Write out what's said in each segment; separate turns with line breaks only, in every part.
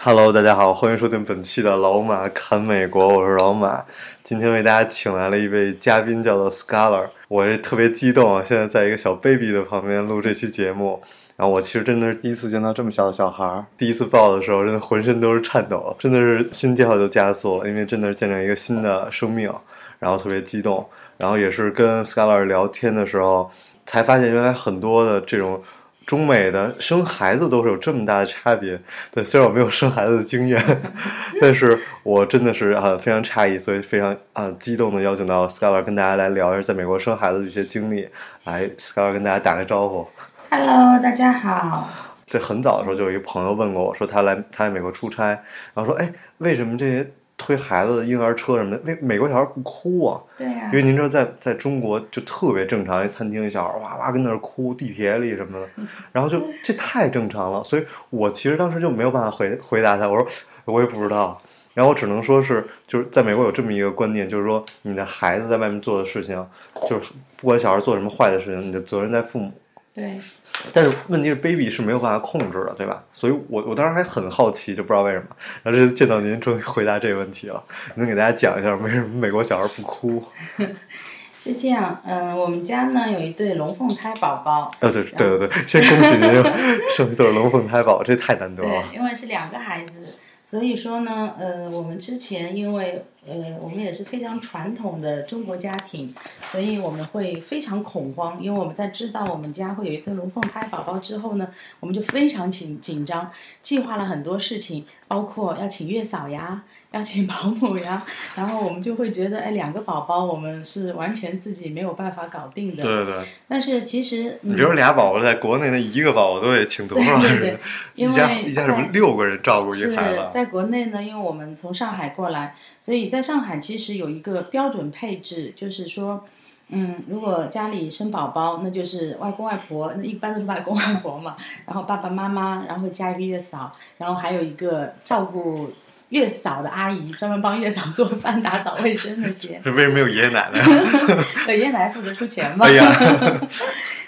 Hello，大家好，欢迎收听本期的老马侃美国，我是老马。今天为大家请来了一位嘉宾，叫做 Scholar。我是特别激动啊，现在在一个小 baby 的旁边录这期节目。然后我其实真的是第一次见到这么小的小孩儿，第一次抱的时候，真的浑身都是颤抖，真的是心跳就加速了，因为真的是见着一个新的生命，然后特别激动。然后也是跟 Scholar 聊天的时候，才发现原来很多的这种中美的生孩子都是有这么大的差别。对，虽然我没有生孩子的经验， 但是我真的是啊非常诧异，所以非常啊激动的邀请到 Scholar 跟大家来聊一下在美国生孩子的一些经历。来，Scholar 跟大家打个招呼。
Hello，大家好。
在很早的时候，就有一个朋友问过我说，他来他在美国出差，然后说，哎，为什么这些推孩子的婴儿车什么的，为美国小孩不哭啊？
对呀、
因为您知道在，在中国就特别正常，一餐厅一小孩哇哇跟那儿哭，地铁里什么的，然后就这太正常了，所以我其实当时就没有办法回回答他，我说我也不知道，然后我只能说是就是在美国有这么一个观念，就是说你的孩子在外面做的事情，就是不管小孩做什么坏的事情，你的责任在父母。
对，
但是问题是，baby 是没有办法控制的，对吧？所以我我当时还很好奇，就不知道为什么。然后这次见到您，终于回答这个问题了。能给大家讲一下为什么美国小孩不哭？
是这样。嗯、我们家呢有一对龙凤胎宝宝，
呃、对对对对，先恭喜您生一对龙凤胎宝，这太难得
对
了。，
因为是两个孩子，所以说呢，呃，我们之前因为呃，我们也是非常传统的中国家庭，所以我们会非常恐慌，因为我们在知道我们家会有一对龙凤胎宝宝之后呢，我们就非常紧紧张，计划了很多事情，包括要请月嫂呀，要请 保姆呀，然后我们就会觉得，哎，两个宝宝我们是完全自己没有办法搞定的。
对对对，
但是其实，嗯
你比如俩宝宝在国内那一个宝宝都得请多少
对对
人 一
对？因
家
为
一家什么
在
六个人照顾一
是
个孩子？
在国内呢，因为我们从上海过来，所以在上海其实有一个标准配置，就是说，嗯，如果家里生宝宝，那就是外公外婆，那一般都是外公外婆嘛，然后爸爸妈妈，然后会加一个月嫂，然后还有一个照顾月嫂的阿姨，专门帮月嫂做饭、打扫卫生那些。
这为什么没有爷爷奶奶？
对，爷爷奶奶负责出 钱嘛。
哎 呀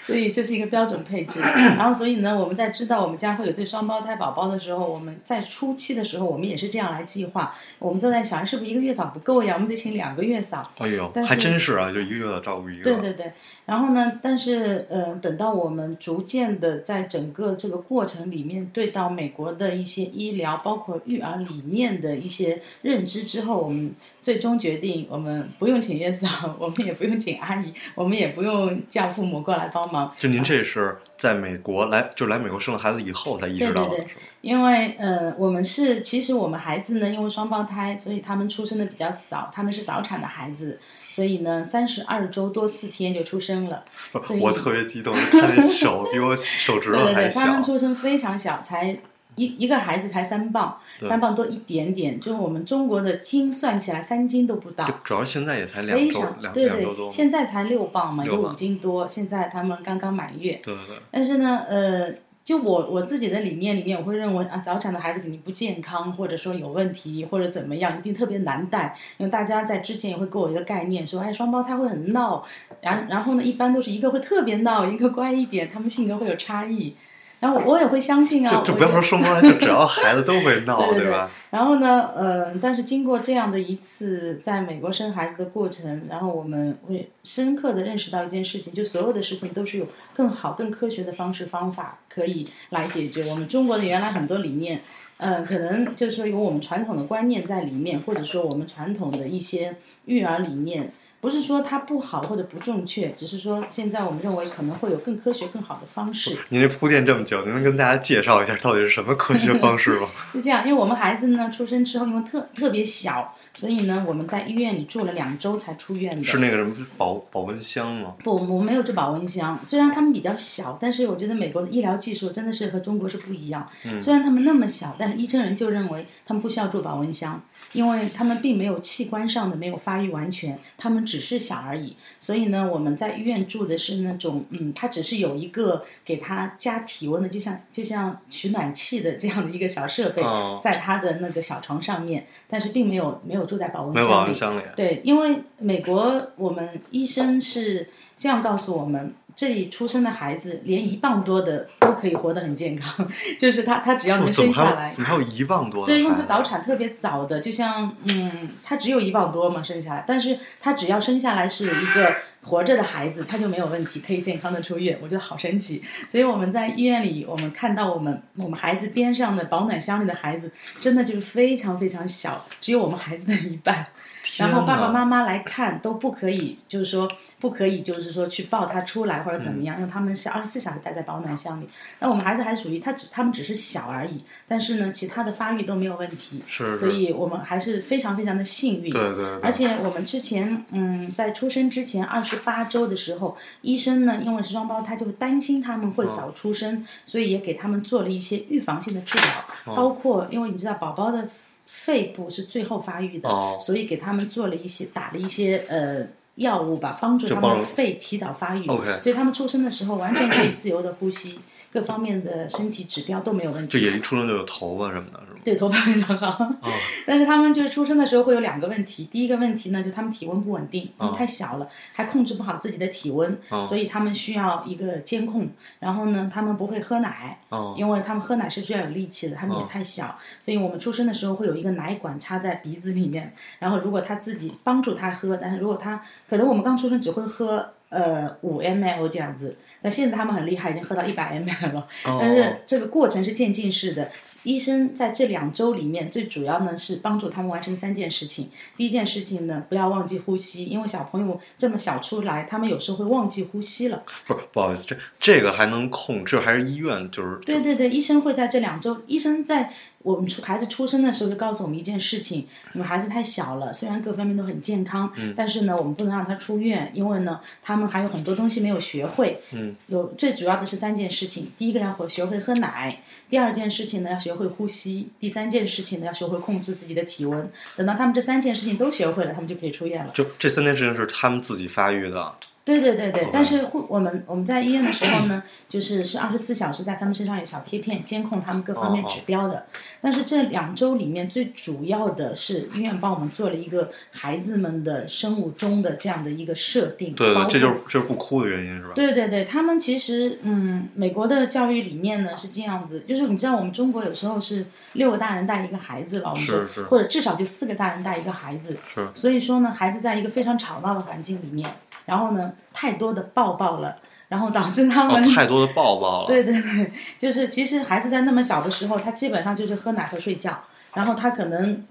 所以这是一个标准配置。然后，所以呢，我们在知道我们家会有对双胞胎宝宝的时候，我们在初期的时候，我们也是这样来计划。我们都在想，哎是不是一个月嫂不够呀？我们得请两个月嫂。
哎呦，
但是
还真是啊，就一个月照顾一个。
对对对，然后呢？但是呃，等到我们逐渐的在整个这个过程里面，对到美国的一些医疗，包括育儿理念的一些认知之后，我们最终决定，我们不用请月嫂， 我们也不用请阿姨，我们也不用叫父母过来帮忙，
就您这是在美国来，就来美国生了孩子以后才意识到的，
对对对
是吧
因为呃，我们是其实我们孩子呢，因为双胞胎，所以他们出生的比较早，他们是早产的孩子，所以呢，三十二周多四天就出生了。所以
我特别激动，看那手比我手指
对
头
对
还
对，
小
他。们出生非常小，才一一个孩子才三磅，
对
三磅多一点点，就是我们中国的斤算起来三斤都不到
就。主要现在也才两
非
周，
常
两
对
两周
对，
多。
现在才六磅嘛，
六
就
磅
五斤多。现在他们刚刚满月，
对对对，
但是呢，呃，就我我自己的理念里面，我会认为啊，早产的孩子肯定不健康，或者说有问题，或者怎么样，一定特别难带。因为大家在之前也会给我一个概念，说哎，双胞胎会很闹， 然然后呢，一般都是一个会特别闹，一个乖一点，他们性格会有差异。然后我也会相信啊，
就就
我
不要
也
说 双胞胎，就只要孩子都会闹，
对对对
吧？
然后呢，呃，但是经过这样的一次在美国生孩子的过程，然后我们会深刻的认识到一件事情，就所有的事情都是有更好、更科学的方式方法可以来解决。我们中国的原来很多理念，呃，可能呃就是说有我们传统的观念在里面，或者说我们传统的一些育儿理念。不是说它不好或者不正确，只是说现在我们认为可能会有更科学、更好的方式。
您这铺垫这么久，您能跟大家介绍一下到底是什么科 学方式吗？
是这样，因为我们孩子呢出生之后，因为特特别小，所以呢我们在医院里住了两周才出院的。
是那个什么保保温箱吗？
不，我们没有这保温箱。虽然他们比较小，但是我觉得美国的医疗技术真的是和中国是不一样。
嗯
虽然他们那么小，但是医生人就认为他们不需要做保温箱，因为他们并没有器官上的没有发育完全，他们只是小而已。所以呢，我们在医院住的是那种，嗯，它只是有一个给他加体温的，就像就像取暖器的这样的一个小设备
哦，
在他的那个小床上面，但是并没有没有住在保温
没
箱
有
里。
保温箱里。啊
对，因为美国我们医生是这样告诉我们，这里出生的孩子连一磅多的都可以活得很健康， 就是他他只要
哦
能
怎
生
么还
下
有
来
怎。么还有一磅多的
对，因为
孩
他
子啊
早产特别早的，就像嗯，他只有一磅多嘛，生下来，但是他只要生下来是一个活着的孩子，他就没有问题，可以健康的出院，我觉得好神奇。所以我们在医院里，我们看到我们我们孩子边上的保暖箱里的孩子，真的就是非常非常小，只有我们孩子的一半。
天
然后爸
哪
爸妈妈来看都不可以，就是说不可以，就是说去抱他出来或者怎
嗯
么样，因为他们是二十四小时待在保暖箱里。那我们孩子还属于他只他们只是小而已，但是呢，其他的发育都没有问题，
是
所
是
以我们还是非常非常的幸运。
对对对，
而且我们之前，嗯，在出生之前二十八周的时候，医生呢，因为是双胞胎，就担心他们会
哦
早出生，所以也给他们做了一些预防性的治疗，
哦
包括因为你知道宝宝的肺部是最后发育的，
哦
所以给他们做了一些打了一些呃。药物吧，帮助
就
他们
帮
的肺提早发育
OK
所以他们出生的时候完全可以自由的呼吸，各方面的身体指标都没有问题。
就也一出生就有头发什么的，是吗？
对，头发非常好。 但是他们就是出生的时候会有两个问题，第一个问题呢，就他们体温不稳定，他们太小了，还控制不好自己的体温，所以他们需要一个监控。然后呢，他们不会喝奶，
哦
因为他们喝奶是需要有力气的，他们也太小，所以我们出生的时候会有一个奶管插在鼻子里面。然后如果他自己帮助他喝，但是如果他可能我们刚出生只会喝。呃，五 ml 这样子，那现在他们很厉害，已经喝到一百 ml 了。
哦
但是这个过程是渐进式的。医生在这两周里面，最主要呢是帮助他们完成三件事情。第一件事情呢，不要忘记呼吸，因为小朋友这么小出来，他们有时候会忘记呼吸了。
不是，不好意思，这这个还能控制，还是医院就是
对对对，医生会在这两周，医生在我们出孩子出生的时候就告诉我们一件事情：你们孩子太小了，虽然各方面都很健康，但是呢，我们不能让他出院，因为呢，他们还有很多东西没有学会。嗯，有最主要的是三件事情：第一个要会学会喝奶，第二件事情呢要学会呼吸，第三件事情呢要学会控制自己的体温。等到他们这三件事情都学会了，他们就可以出院了。
就这三件事情是他们自己发育的，
对对对对，但是护我们我们在医院的时候呢， 就是是二十四小时在他们身上有小贴片监控他们各方面
哦哦
指标的。但是这两周里面最主要的是医院帮我们做了一个孩子们的生物钟的这样的一个设定，
对对，
包括
这就是这是不哭的原因是吧？
对对对，他们其实嗯，美国的教育理念呢是这样子，就是你知道我们中国有时候是六个大人带一个孩子吧，我们说
是是
或者至少就四个大人带一个孩子，
是
所以说呢，孩子在一个非常吵闹的环境里面，然后呢太多的抱抱了，然后导致他
哦
们、，
太多的抱抱了，
对对对，就是其实孩子在那么小的时候，他基本上就是喝奶和睡觉，然后他可能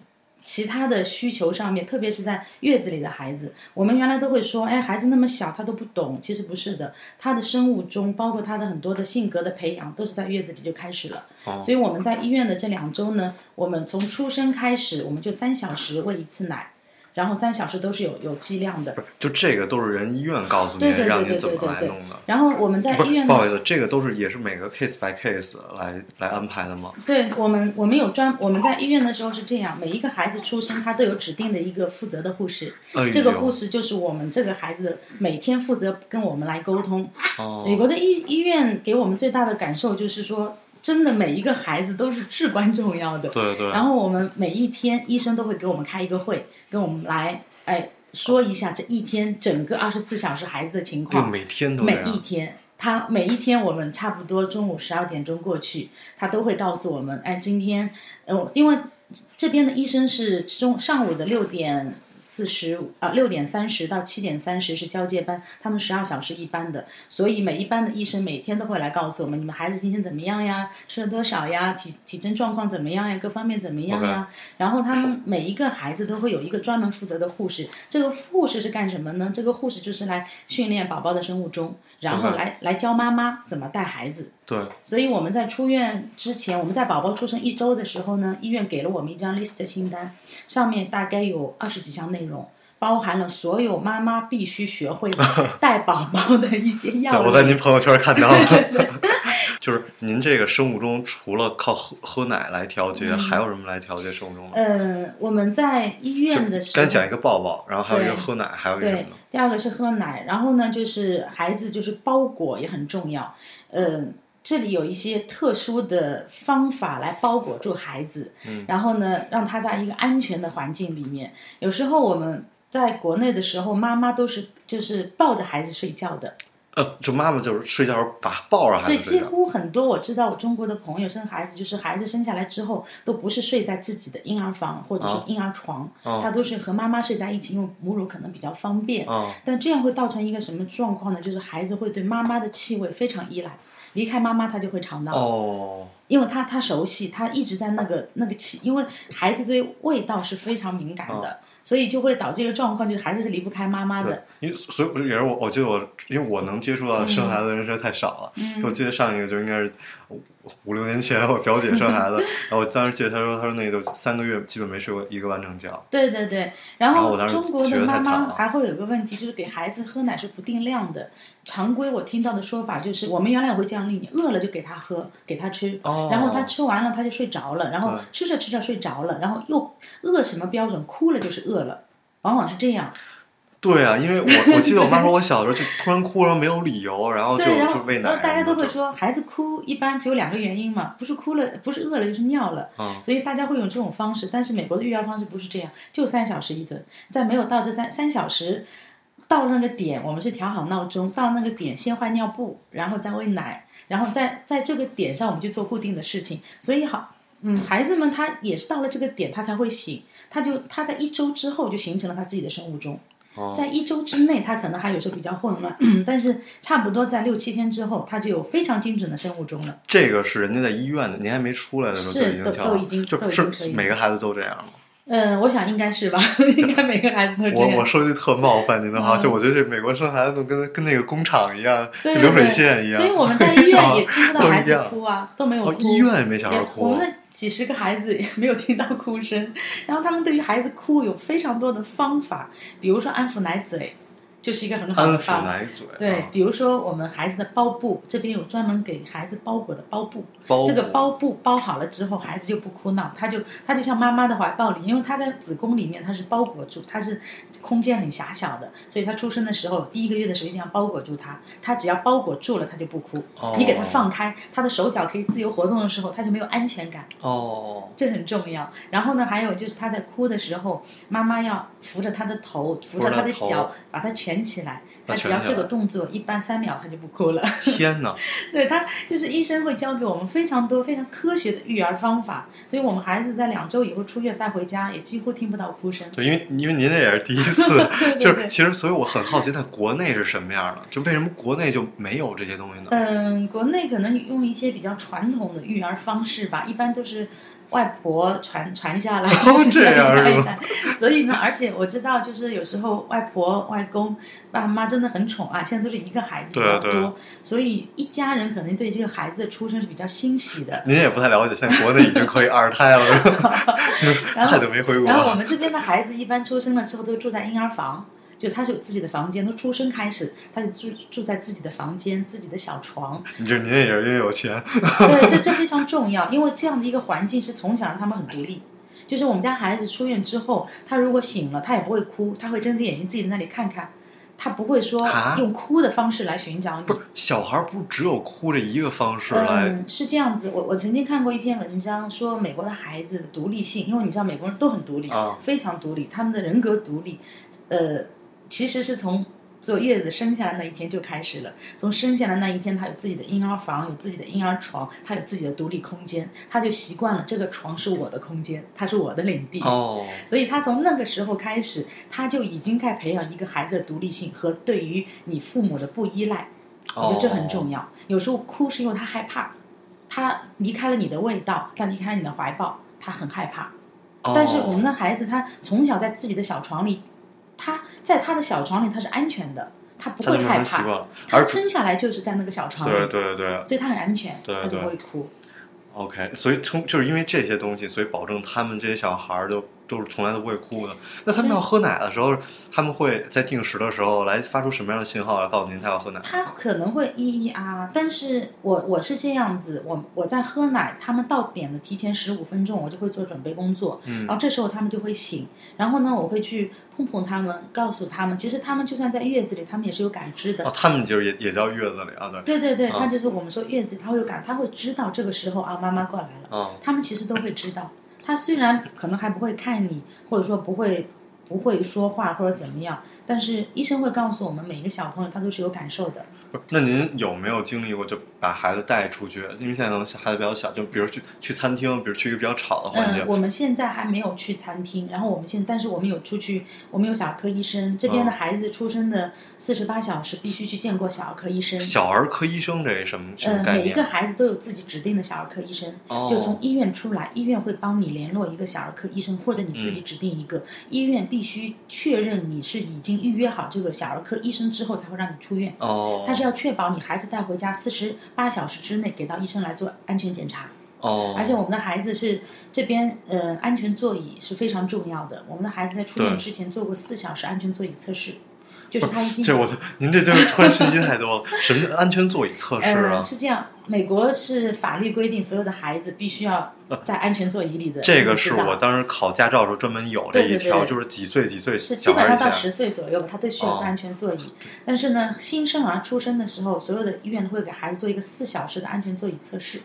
其他的需求上面，特别是在月子里的孩子，我们原来都会说，哎，孩子那么小，他都不懂。其实不是的，他的生物钟，包括他的很多的性格的培养，都是在月子里就开始了。
哦
所以我们在医院的这两周呢，我们从出生开始，我们就三小时喂一次奶。然后三小时都是有有剂量的，
就这个都是人医院告诉你
对对
让
对
你
对
怎
对
么
对
来
对
弄的。。
然后我们在
不
医
是，
院
不
的
好意思，这个都是也是每个 case by case 来来安排的吗？
对我们，我们有专我们在医院的时候是这样，每一个孩子出生，他都有指定的一个负责的护士，
哎呦
这个护士就是我们这个孩子的每天负责跟我们来沟通。
哦
美国的医医院给我们最大的感受就是说，真的每一个孩子都是至关重要的。
对对
然后我们每一天医生都会给我们开一个会，跟我们来哎说一下这一天整个二十四小时孩子的情
哎呦，
况。
每天都这
每一
样，
天，他每一天我们差不多中午十二点钟过去，他都会告诉我们，哎，今天，呃，因为这边的医生是中上午的六点四十啊六点三十到七点三十是交界班，他们十二小时一班的，所以每一班的医生每天都会来告诉我们，你们孩子今天怎么样呀，吃了多少呀，体体征状况怎么样呀，各方面怎么样呀然后他们每一个孩子都会有一个专门负责的护士，这个护士是干什么呢？这个护士就是来训练宝宝的生物钟，然后
OK
来来教妈妈怎么带孩子。
对，
所以我们在出院之前，我们在宝宝出生一周的时候呢，医院给了我们一张 list 清单，上面大概有二十几项内容，包含了所有妈妈必须学会的带宝宝的一些
对
药
我在
理。
您朋友圈看到了。 就是您这个生物钟除了靠喝喝奶来调节，还有什么来调节生物钟呢？
嗯呃，我们在医
就
院的时候，
刚讲一个抱抱，然后还有一个
对
喝奶，还有一个什
对
么呢？，
第二个是喝奶，然后呢就是孩子就是包裹也很重要，呃，这里有一些特殊的方法来包裹住孩子，嗯、然后呢让他在一个安全的环境里面。有时候我们在国内的时候，妈妈都是就是抱着孩子睡觉的，
呃，就妈妈就是睡觉时候把抱着啊孩
对，
子睡
几
觉，
乎很多我知道我中国的朋友生孩子，就是孩子生下来之后都不是睡在自己的婴儿房或者是
啊
婴儿床，
哦
他都是和妈妈睡在一起，因为母乳可能比较方便。
啊
但这样会造成一个什么状况呢？就是孩子会对妈妈的气味非常依赖，离开妈妈他就会尝到，
哦，
因为他他熟悉，他一直在那个那个气，因为孩子对味道是非常敏感的，所以就会导致一个状况，就是孩子是离不开妈妈
哦对
的。，
因为所以也是我，我觉得我因为我能接触到生孩子的人实在太少了。
嗯
我记得上一个就应该是五五六年前，我表姐生 孩子，然后我当时记得她说，她说那就三个月基本没睡过一个完整觉。
对对对，然
然后
后
我当时
中国
觉
的
得太
妈
惨
妈
了
还会有个问题，就是给孩子喝奶是不定量的。常规我听到的说法就是，我们原来也会这样令你饿了就给他喝，给他吃，
哦
然后他吃完了他就睡着了，然后
对
吃着吃着睡着了，然后又饿什么标准，哭了就是饿了，往往是这样。
对啊，因为我我记得我妈说，我小时候就突然哭，然后没有理由，然后就
对，然
就
后
喂
然
奶什么的，
后大家都会
就
说，孩子哭一般只有两个原因嘛，不是哭了，不是饿了就是尿了，
嗯
所以大家会用这种方式。但是美国的育儿方式不是这样，就三小时一顿，在没有到这三三小时。到那个点，我们是调好闹钟，到那个点先换尿布，然后再喂奶，然后在在这个点上我们去做固定的事情。所以好，嗯，孩子们他也是到了这个点，他才会醒，他就他在一周之后就形成了他自己的生物钟。
哦
在一周之内，他可能还有时候比较混乱，嗯但是差不多在六七天之后，他就有非常精准的生物钟了。
这个是人家在医院的，您还没出来的时候就
是
已经
都
跳
都
了，
已经都
就
已经可
是
以
每个孩子都这样吗？
嗯、我想应该是吧， 应该每个孩子都这
我我
样。
说句特冒犯您的
嗯
话，就我觉得这美国生孩子都跟跟那个工厂一样，就
对对
流水
对
线一样。
所以我们在医 院
小
也听不到
都一
孩子
样
哭啊，都没有哭。
哦，医院也没小孩
我
哭啊
们。那几十个孩子也没有听到哭声， 然后他们对于孩子哭有非常多的方法，比如说安抚奶嘴，就是一个很好
安
的
抚
方法。
奶嘴，
对
啊，
比如说我们孩子的包布，这边有专门给孩子包裹的包布，
包
这个包布包好了之后，孩子就不哭闹，他就他就像妈妈的怀抱里，因为他在子宫里面他是包裹住，他是空间很狭小的，所以他出生的时候第一个月的时候一定要包裹住他，他只要包裹住了他就不哭，
哦
你给他放开，他的手脚可以自由活动的时候，他就没有安全感，
哦，
这很重要。然后呢，还有就是他在哭的时候，妈妈要扶着他的头，扶着他
扶
的
着他头
脚，把他蜷起来。
把他
他只
蜷
要
起来
这个动作，一般三秒他就不哭了。
天哪！
对他就是医生会教给我们非常多非常科学的育儿方法，所以我们孩子在两周以后出院带回家，也几乎听不到哭声。，
对，因为因为您这也是第一次
对对
就是
对
其实，所以我很好奇，在国内是什么样的？就为什么国内就没有这些东西呢？
嗯，国内可能用一些比较传统的育儿方式吧，一般都是外婆传传下来，就是
哦这样
一代
是
一
吧
代。所以呢，而且我知道，就是有时候外婆、外公、爸妈真的很宠爱，现在都是一个孩子比
对
较
啊
多，
对啊
所以一家人可能对这个孩子的出生是比较欣喜的。
您也不太了解，现在国内已经可以二胎了，是吧
然后
太久没回国
然后我
了。
们这边的孩子一般出生了之后都住在婴儿房，就他是有自己的房间，从出生开始他就住住在自己的房间、自己的小床。
你这您也是因为有钱，
对，这这非常重要，因为这样的一个环境是从小让他们很独立。就是我们家孩子出院之后，他如果醒了，他也不会哭，他会睁着眼睛自己在那里看看，他不会说
啊
用哭的方式来寻找你。
不是小孩不是只有哭这一个方式来
嗯，是这样子。我我曾经看过一篇文章，说美国的孩子的独立性，因为你知道美国人都很独立，
啊
非常独立，他们的人格独立，呃，其实是从坐月子生下来那一天就开始了。从生下来那一天，她有自己的婴儿房，有自己的婴儿床，她有自己的独立空间，她就习惯了这个床是我的空间，它是我的领地。
哦，
所以他从那个时候开始，他就已经在培养一个孩子的独立性和对于你父母的不依赖。我觉得这
哦
很重要。有时候哭是因为他害怕，他离开了你的味道，他离开你的怀抱，他很害怕。
哦。
但是我们的孩子，他从小在自己的小床里，他在他的小床里他是安全的，他不
他
会
就慢
害
慢习惯
怕。
了，
他
而且
生下来就是在那个小床里，
对对对
所以他很安全，
对
他
对
不会哭。
，OK，所以通就是因为这些东西，所以保证他们这些小孩儿就都是从来都不会哭的。那他们
对
要喝奶的时候，他们会在定时的时候来发出什么样的信号来告诉您他要喝奶？
他可能会咿咿啊啊，但是我我是这样子，我我在喝奶，他们到点的提前十五分钟，我就会做准备工作，
嗯
然后这时候他们就会醒，然后呢，我会去碰碰他们，告诉他们，其实他们就算在月子里，他们也是有感知的。
哦，他们就是也也叫月子里啊，对，
对对对，
啊
他就是我们说月子，他会有感，他会知道这个时候啊，妈妈过来了，
啊
他们其实都会知道。他虽然可能还不会看你，或者说不会不会说话或者怎么样，但是医生会告诉我们，每一个小朋友他都是有感受的。
不是，那您有没有经历过就把孩子带出去？因为现在可能孩子比较小，就比如去去餐厅，比如去一个比较吵的环境
嗯，，我们现在还没有去餐厅，然后我们现但是我们有出去，我们有小儿科医生，这边
嗯
的孩子出生的四十八小时必须去见过小儿科医生。
小儿科医生这是什么什么
呃，
概
每一
念？
个孩子都有自己指定的小儿科医生，
哦
就从医院出来，医院会帮你联络一个小儿科医生，或者你
嗯
自己指定一个。医院必须确认你是已经预约好这个小儿科医生之后，才会让你出院。
哦，
他是要确保你孩子带回家四十八小时之内给到医生来做安全检查。
哦，
而且我们的孩子是这边呃安全座椅是非常重要的。我们的孩子在出
对
院之前做过四小时安全座椅测试，就是他一定呃
这我就您这就是突然信息太多了。什么叫安全座椅测试啊
呃？是这样，美国是法律规定所有的孩子必须要在安全座椅里的。
这
你
个
知
是
道啊
我当时考驾照的时候专门有这
对对
一条，
对
就是几岁几岁
是
小
基本
孩
上
以下。
到
哦
十岁左右吧，他都需要坐安全座椅。但是呢，新生儿出生的时候，所有的医院会给孩子做一个四小时的安全座椅测试，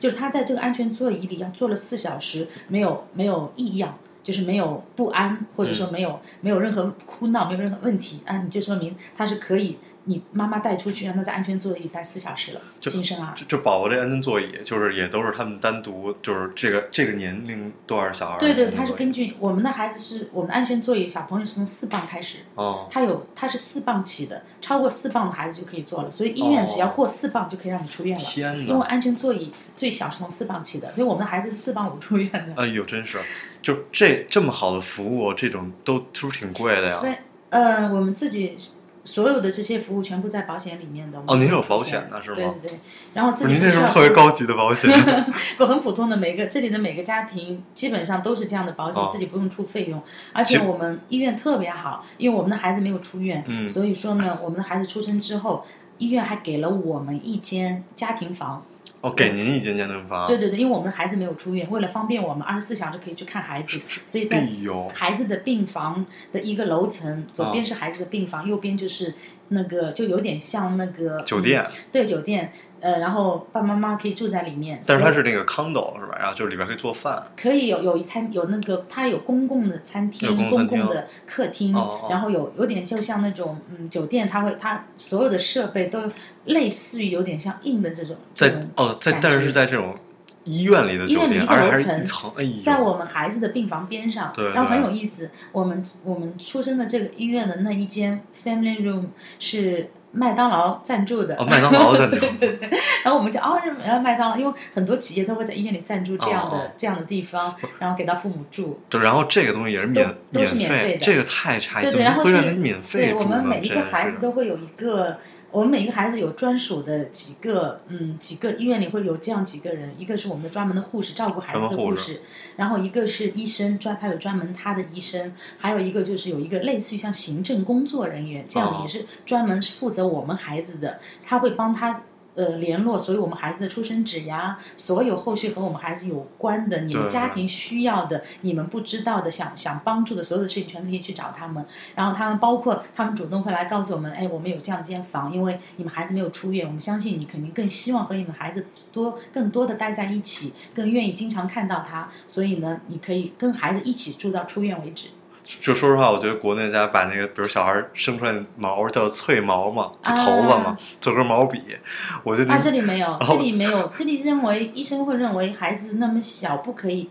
就是他在这个安全座椅里要坐了四小时，没有没有异样，就是没有不安，或者
嗯
说没有、没有任何哭闹，没有任何问题啊，你就说明他是可以，你妈妈带出去，让他在安全座椅里待四小时了，
就
新生儿。
就就宝宝这安全座椅，就是也都是他们单独，就是这个这个年龄段儿小孩儿的
对
安全座椅。
对，他是根据我们的孩子是我们的安全座椅，小朋友是从四磅开始，
哦
它有它是四磅起的，超过四磅的孩子就可以坐了，所以医院只要过四磅就可以让你出院了。
天
因为
哪！
安全座椅最小是从四磅起的，所以我们的孩子是四磅五出院 的。
哎呦，真是，就这这么好的服务，这种都是不是挺贵的呀？
对，呃，我们自己所有的这些服务全部在保险里面的。我们
哦您有
自己
保
出钱
险的是吗
对对对，然后自
不
己
是您这
需
是不
要
是特别高级的保险？
不很普通的每个这里的每个家庭基本上都是这样的保险，
哦
自己不用出费用，而且
其
我们医院特别好，因为我们的孩子没有出院，
嗯
所以说呢，我们的孩子出生之后，医院还给了我们一间家庭房，
哦，给您一间健身房。
对对对，因为我们的孩子没有出院，为了方便我们二十四小时可以去看孩子，所以
哎
在
呦，啊
孩子的病房的一个楼层，左边是孩子的病房，右边就是那个就有点像那个
酒店，
对酒店，呃，然后爸爸妈妈可以住在里面，
但是它
所以
是那个 condo 是吧？然后就是里边可以做饭。
可以有有一餐有那个它有公共的餐厅
有、公
公
共餐厅
共的客厅，
哦哦
然后有有点就像那种嗯酒店，它会它所有的设备都类似于有点像硬的这种这
在
种
哦，在
感
但是
觉
是在这种医院里的
医
酒
院里
店，
一个
而且还
楼
是一嗯
层
层，哎呦，
在我们孩子的病房边上，
对
然后很
对
有意思。我们我们出生的这个医院的那一间 family room 是麦当劳赞助的，
哦，麦当劳在那
对对对，然后我们就哦，原来麦当劳，因为很多企业都会在医院里赞助这样的、
哦哦
这样的地方，然后给到父母住。
对，然后这个东西也是免
都都是免
费
费的
这个太差异，
对
怎
对，
么
然后
会
是
让人免费住
对
呢？
我们每一
真
个
是
孩子都会有一个，我们每一个孩子有专属的几个，嗯，几个医院里会有这样几个人，一个是我们的专门的护士照顾孩子的
专门护
护
士
士，然后一个是医生专，他有专门他的医生，还有一个就是有一个类似于像行政工作人员这样
哦
的，也是专门负责我们孩子的，他会帮他。呃，联络所有我们孩子的出生纸呀，所有后续和我们孩子有关的，你
对
们家庭需要的，你们不知道的，想想帮助的所有的事情，全可以去找他们。然后他们包括他们主动会来告诉我们，哎，我们有这样一间房，因为你们孩子没有出院，我们相信你肯定更希望和你们孩子多更多的待在一起，更愿意经常看到他，所以呢，你可以跟孩子一起住到出院为止。
就说实话，我觉得国内家把那个，比如小孩生出来的毛叫脆毛嘛，就头发嘛
啊，
做根毛笔，我就
啊，
那
这里没有，
然后
这里没有，这里认为医生会认为孩子那么小不可以，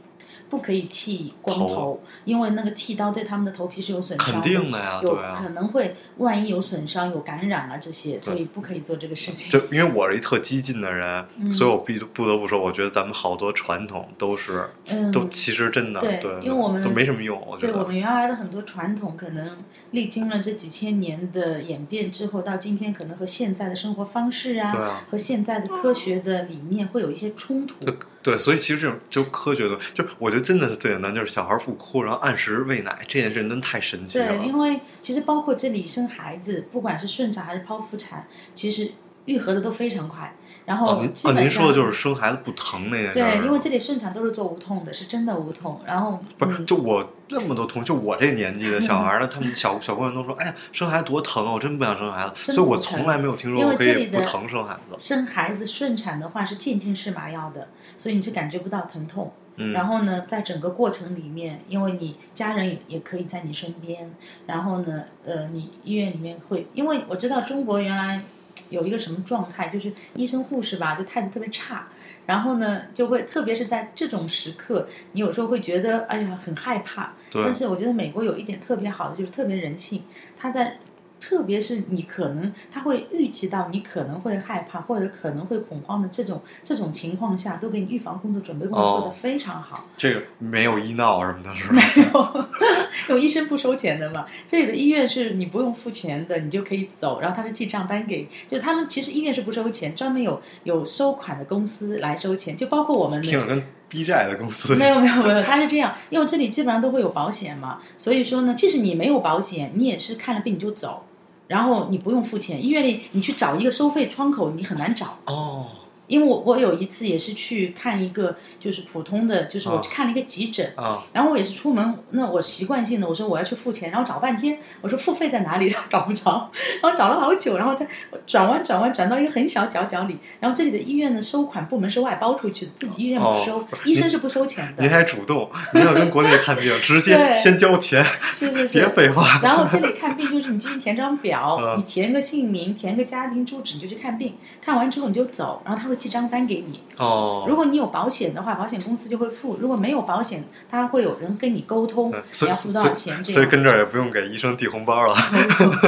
不可以剃光头，
头
因为那个剃刀对他们的头皮是有损伤
肯定的呀，对
有
啊
可，能会万一有损伤、有感染啊这些，所以不可以做这个事情
就。因为我是一特激进的人，
嗯
所以我必不得不说，我觉得咱们好多传统都是
嗯，
都其实真的
对
对，
因为我们
都没什么用，我觉
对我
得
们原来的很多传统，可能历经了这几千年的演变之后，到今天可能和现在的生活方式啊，
对啊
和现在的科学的理念会有一些冲突。
对，所以其实这种就科学的，就我觉得真的是最简单，就是小孩不哭，然后按时喂奶这件事真的太神奇了
对，，因为其实包括这里生孩子，不管是顺产还是剖腹产，其实愈合的都非常快。然
哦，
后
您
基
哦，
本上、
您说的就是生孩子不疼那件事儿，
对，因为这里顺产都是做无痛的，是真的无痛。然后
不是，
嗯
就我那么多同学，就我这年纪的小 孩儿呢，他们小小朋友都说：“哎呀，生孩子多疼啊！我真不想生孩子。”
真
所以，
不
我
疼
从来没有听说
因
我
为
可
这
以
里
不
的
疼生孩子。
生孩子顺产的话是渐进式麻药的，所以你是感觉不到疼痛。
嗯，
然后呢，在整个过程里面，因为你家人也也可以在你身边，然后呢，呃，你医院里面会，因为我知道中国原来有一个什么状态，就是医生护士吧，就态度特别差，然后呢，就会特别是在这种时刻，你有时候会觉得哎呀很害怕，
对
但是我觉得美国有一点特别好的就是特别人性，他在。特别是你可能他会预期到你可能会害怕或者可能会恐慌的这种这种情况下，都给你预防工作准备工作做
哦
得非常好。
这个没有医闹什么的， 是吧？
有医生不收钱的嘛？这里的医院是你不用付钱的，你就可以走，然后他是记账单给，就他们其实医院是不收钱，专门有有收款的公司来收钱，就包括我们
听着
的。
跟逼债的公司一
没
样。
有没有没有，他是这样，因为这里基本上都会有保险嘛，所以说呢，即使你没有保险，你也是看了病你就走，然后你不用付钱。医院里你去找一个收费窗口，你很难找。
哦，
因为我我有一次也是去看一个就是普通的，就是我
啊
去看了一个急诊，
啊，
然后我也是出门，那我习惯性的我说我要去付钱，然后找半天，我说付费在哪里， 然后找不着，然后找了好久，然后再转弯转弯转到一个很小角角里，然后这里的医院的收款部门是外包出去的，自己医院不收，
哦
医生是不收钱
您
的，
还主动，您要跟国内看病，直接
对
先交钱，
是 是
别
是。
废话。
然后这里看病就是你进去填张表，
啊 嗯
你填个姓名，填个家庭住址，你就去看病，看完之后你就走，然后他会寄张单给你。如
哦，
果你有保险的话，保险公司就会付；如果没有保险，他会有人跟你沟通，
对
你
嗯所以
要付多
所
少
以
钱这样。
所以跟这儿也不用给医生递红包了。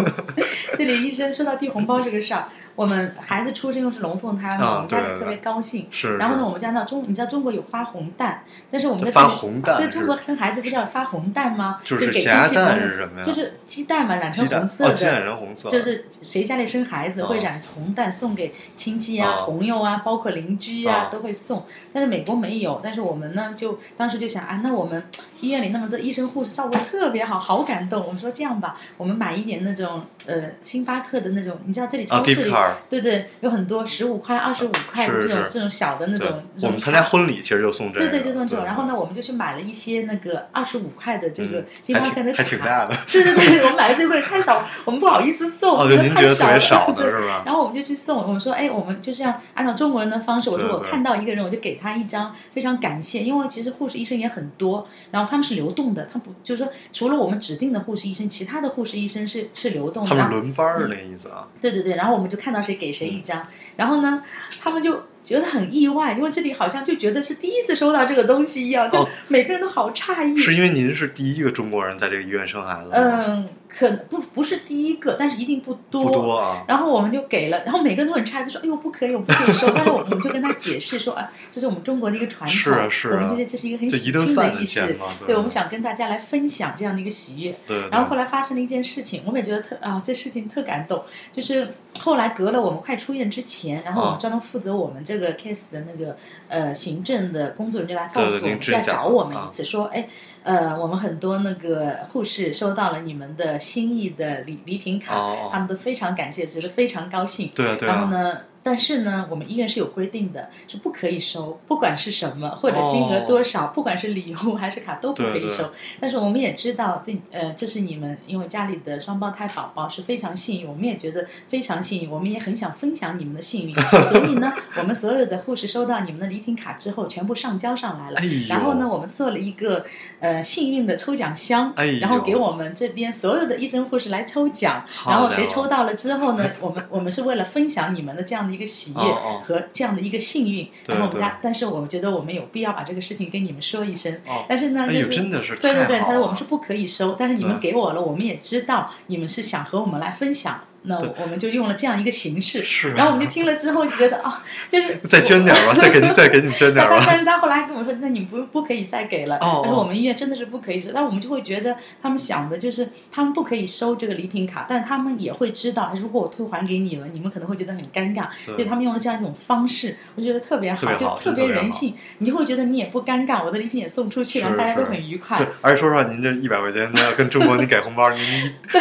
这里医生说到递红包这个事儿，我们孩子出生又是龙凤胎嘛，
啊
我们家
对对
里特别高兴。
是，
然后呢，
是
我们家那中，你知道中国有发红蛋，但是我们在
发
中
红蛋
对
是
中国生孩子不是要发红蛋吗？
就
就是给亲
夹
戚朋
蛋
友
是什么呀
就是鸡蛋嘛，染成
鸡蛋
红
哦，
色
鸡蛋
的。
人红色，
就是谁家里生孩子
哦
会染红蛋送给亲戚啊、
哦
朋友啊，包括邻居
哦
啊都会送，但是美国没有。但是我们呢，就当时就想啊，那我们医院里那么多医生护士照顾得特别好，好感动。我们说这样吧，我们买一点那种呃星巴克的那种，你知道这里
啊
超市
，gift
里、
card。
对对有很多十五块、二十五块的
是
这种
是
这种小的那
对
种。，
我们参加婚礼其实就送这个，
对对，就送这种。
对
然后呢，我们就去买了一些那个二十五块的这个
嗯
星
还
巴克的
挺
卡，
还挺大的。
对对对，我们买的最贵的太少， 我们不好意思送，
哦，
觉
就
得
您
太
觉得特别
少
少
了
的是吧？
然后我们就去送，我们说，哎，我们就是要按照中国人的方式，我说
对
我
对
看到一个人，我就给他一张，非常感谢，因为其实护士医生也很多，然后他们是流动的，他不就是说除了我们指定的护士医生，其他的护士医生是是流动的，
他们
然
是
后嗯
轮班儿的那意思啊。
对对对，然后我们就看到谁给谁一
嗯
张，然后呢，他们就觉得很意外，因为这里好像就觉得是第一次收到这个东西一样，就
哦
每个人都好诧异，
是因为您是第一个中国人在这个医院生孩子吗，
嗯，可不不是第一个，但是一定不多。
不多啊。
然后我们就给了，然后每个人都很诧异，就说：“哎呦，不可以，我们不可以收。”但是我们我们就跟他解释说：“啊，这是我们中国的一个传统，
是啊是啊
我们觉得这是一个很
就
喜
一顿
庆
饭
的
的
仪式
钱嘛，对
对，我们想跟大家来分享这样的一个喜悦。
对，对
然后后来发生了一件事情，我也觉得特啊，这事情特感动。就是后来隔了我们快出院之前，然后我
啊
们专门负责我们这个 case 的那个呃行政的工作人员来告
对对
诉我
您
们，
之前
来
讲
找
过
我们
啊
一次，说哎呃，我们很多那个护士收到了你们的心意的礼礼品卡，
哦
他们都非常感谢，觉得非常高兴。
对啊对
然后
啊，
呢，但是呢，我们医院是有规定的，是不可以收，不管是什么或者金
哦
额多少，不管是礼物还是卡都不可
对
以
对
收。但是我们也知道，这呃，这是你们因为家里的双胞胎宝宝是非常幸运，我们也觉得非常幸运，我们也很想分享你们的幸运，所以呢，我们所有的护士收到你们的礼品卡之后，全部上交上来了。
哎呦
然后呢，我们做了一个呃呃幸运的抽奖箱，
哎呦
然后给我们这边所有的医生护士来抽奖，
好
然后
家
谁
伙
抽到了之后 呢，我们我们是为了分享你们的这样的一个喜悦
哦哦
和这样的一个幸运，
对
然后我们
对
大，但是我们觉得我们有必要把这个事情跟你们说一声，
哦
但是呢，
哎
就
呦，
是
真的是
对
太
对
好
对，
了。
他说我们是不可以收，但是你们
嗯
给我了，我们也知道你们是想和我们来分享，那
对
我们就用了这样一个形式。
是啊
然后我们就听了之后就觉得啊，就是
再捐点吧，再给你再给你捐点
但但
吧。
但是他后来跟我说，那你们不不可以再给了。
哦哦
他说我们医院真的是不可以收，但我们就会觉得他们想的就是他们不可以收这个礼品卡，但他们也会知道，如果我退还给你们，你们可能会觉得很尴尬，
对
所以他们用了这样一种方式，我觉得特别好，
特别好
就特
真的特
别
别好
人性，你就会觉得你也不尴尬，我的礼品也送出去，
是
然后大家都
是
很愉快
对。，而且说实话，您这一百块钱，你要跟中国你给红包， 您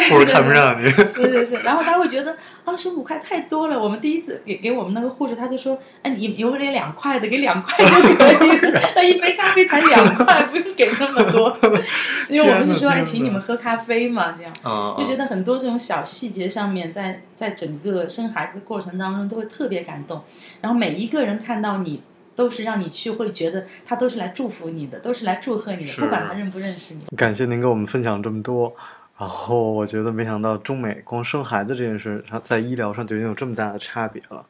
护士看不上你。
是是是，然后他会觉得二十五块太多了。我们第一次给给我们那个护士，他就说：“哎，你有没有两块的？给两块就可以了。 那一杯咖啡才两块，不用给那么 多。”因为我们是说：“
天哪
哎，请你们喝咖啡嘛。”这样
嗯，
就觉得很多这种小细节上面，在在整个生孩子的过程当中，都会特别感动。然后每一个人看到你。都是让你去，会觉得他都是来祝福你的，都是来祝贺你的，
是啊
不管他认不认识你。
感谢您给我们分享这么多。然后我觉得没想到中美光生孩子这件事上，在医疗上就已经有这么大的差别了。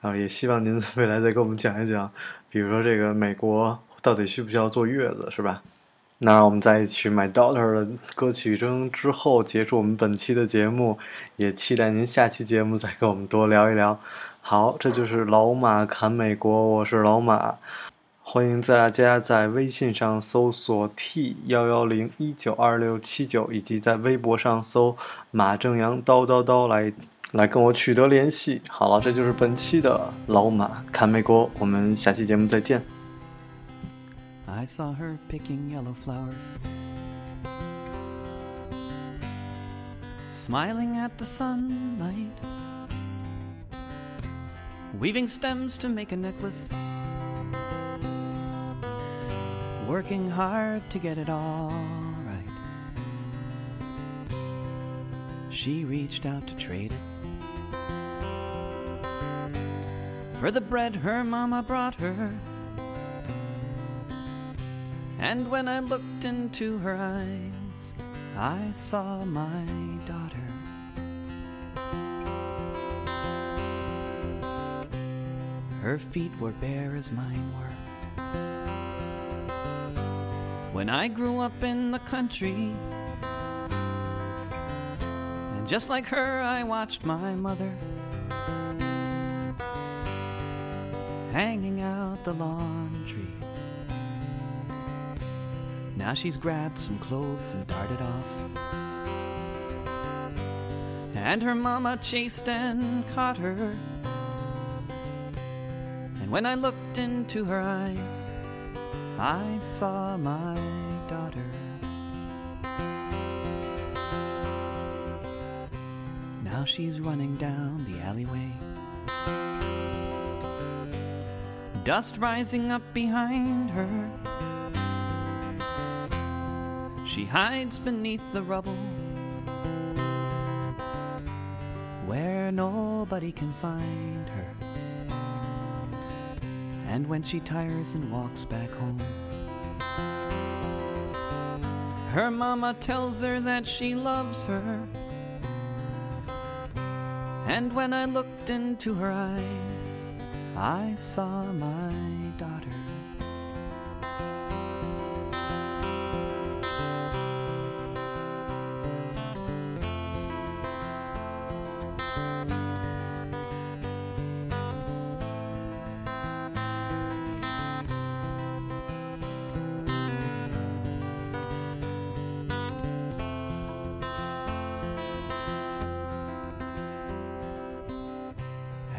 然后也希望您未来再给我们讲一讲，比如说这个美国到底需不需要坐月子，是吧？那我们在一起《My Daughter》的歌曲中之后结束我们本期的节目，也期待您下期节目再跟我们多聊一聊。好，这就是老马侃美国，我是老马。欢迎大家在微信上搜索 t 幺幺零一九二六七九，以及在微博上搜马正阳叨叨叨来来跟我取得联系。好了，这就是本期的老马看美国，我们下期节目再见。
I saw her picking yellow flowers. Smiling at the sunlight. Weaving stems to make a necklace. Working hard to get it all right. She reached out to trade it. For the bread her mama brought her. And when I looked into her eyes, I saw my daughter. Her feet were bare as mine were. When I grew up in the country, and just like her, I watched my mother hanging out the laundry. Now she's grabbed some clothes and darted off. And her mama chased and caught her. And when I looked into her eyes, I saw my daughter. Now she's running down the alleyway. Dust rising up behind her. She hides beneath the rubble where nobody can find her. And when she tires and walks back home, her mama tells her that she loves her. And when I looked into her eyes, I saw my daughter.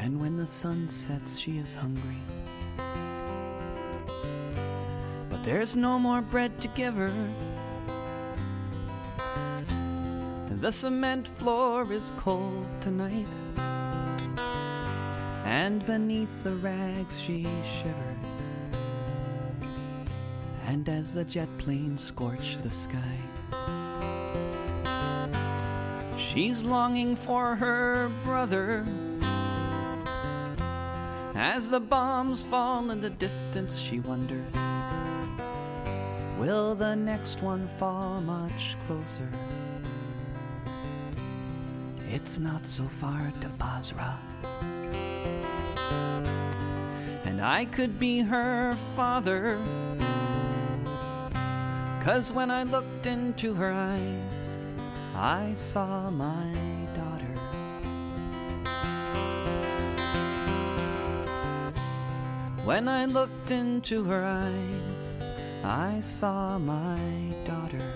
And when the sun sets, she is hungry. But there's no more bread to give her. The cement floor is cold tonight. And beneath the rags she shivers. And as the jet planes scorch the sky, she's longing for her brother. As the bombs fall in the distance, she wonders Will the next one fall much closer? It's not so far to Basra. And I could be her father. Cause when I looked into her eyes, I saw my daughter. When I looked into her eyes, I saw my daughter.